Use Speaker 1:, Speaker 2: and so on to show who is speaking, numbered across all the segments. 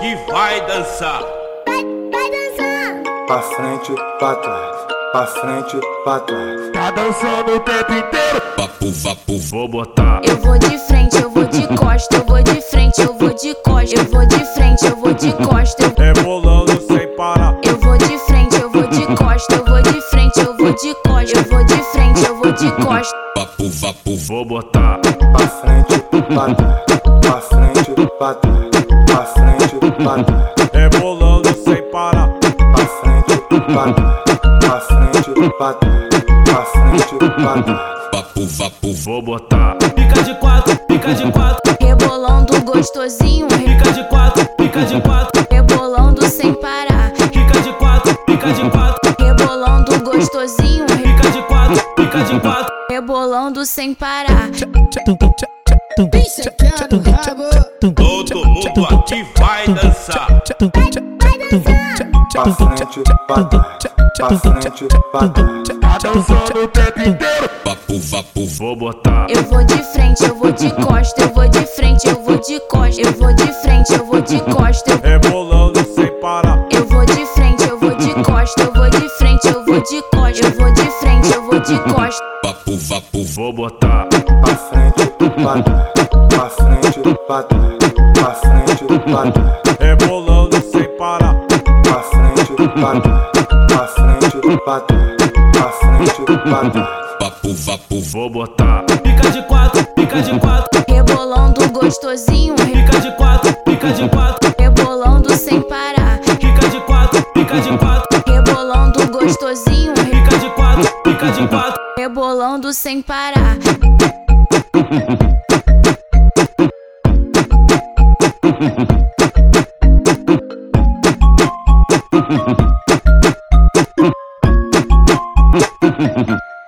Speaker 1: que vai dançar.
Speaker 2: Vai, vai dançar.
Speaker 3: Pra frente, pra trás. Pra frente, pra trás.
Speaker 4: Tá dançando o tempo inteiro. Vapo, vapo, vou botar.
Speaker 5: Eu vou de frente, eu vou de costa. Eu vou de frente, eu vou de costa. Eu vou de frente, eu vou de costa.
Speaker 6: É bolando sem parar.
Speaker 5: Eu vou de frente, eu vou de costa. Eu vou de frente, eu vou de costa. Eu vou de frente, eu vou de costa.
Speaker 4: Vapo, vapo, vou botar.
Speaker 3: Pra frente, pra trás. Pra frente, pra trás. Pra frente, pra trás.
Speaker 6: É bolando sem parar.
Speaker 3: Pra frente, pra trás. Pra frente, pra trás. Pra frente, pra trás.
Speaker 4: Vapo, vapo, vou botar.
Speaker 7: Pica de quatro, pica de quatro.
Speaker 5: Rebolando gostosinho.
Speaker 7: Pica de quatro, pica de quatro.
Speaker 5: Rebolando sem parar.
Speaker 7: Pica de quatro, pica de quatro.
Speaker 5: Rebolando gostosinho.
Speaker 7: Pica de quatro, pica de quatro.
Speaker 5: Rebolando sem parar.
Speaker 1: Todo mundo aqui vai dançar.
Speaker 3: Pra frente, pra trás. Pra frente, pra trás.
Speaker 4: Tá dançando o tempo inteiro. Vapo, vapo, vou botar.
Speaker 5: Eu vou de frente, eu vou de costa. Eu vou de frente, eu vou de costa. Eu vou de frente, eu vou de costa.
Speaker 6: É bolando sem parar.
Speaker 5: Eu vou de frente, eu vou de costa. Eu vou de frente, eu vou de costa. Eu vou de frente, eu vou de costa.
Speaker 4: Vapo, vapo, vou botar.
Speaker 3: Pra frente, pra trás. Pra frente, pra trás. Pra frente, pra trás.
Speaker 6: É bolando sem parar.
Speaker 3: Pra frente, pra trás. Pra frente, pra trás. Pra frente, pra trás.
Speaker 4: Vapo, vapo, vou botar.
Speaker 7: Pica de quatro, pica de quatro.
Speaker 5: Rebolando gostosinho.
Speaker 7: Pica de quatro, pica de quatro.
Speaker 5: Rebolando sem parar.
Speaker 7: Pica de quatro, pica de quatro.
Speaker 5: Rebolando gostosinho.
Speaker 7: Pica de quatro, pica de quatro.
Speaker 5: Rebolando sem parar.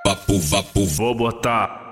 Speaker 4: Vapo, vapo, vou botar.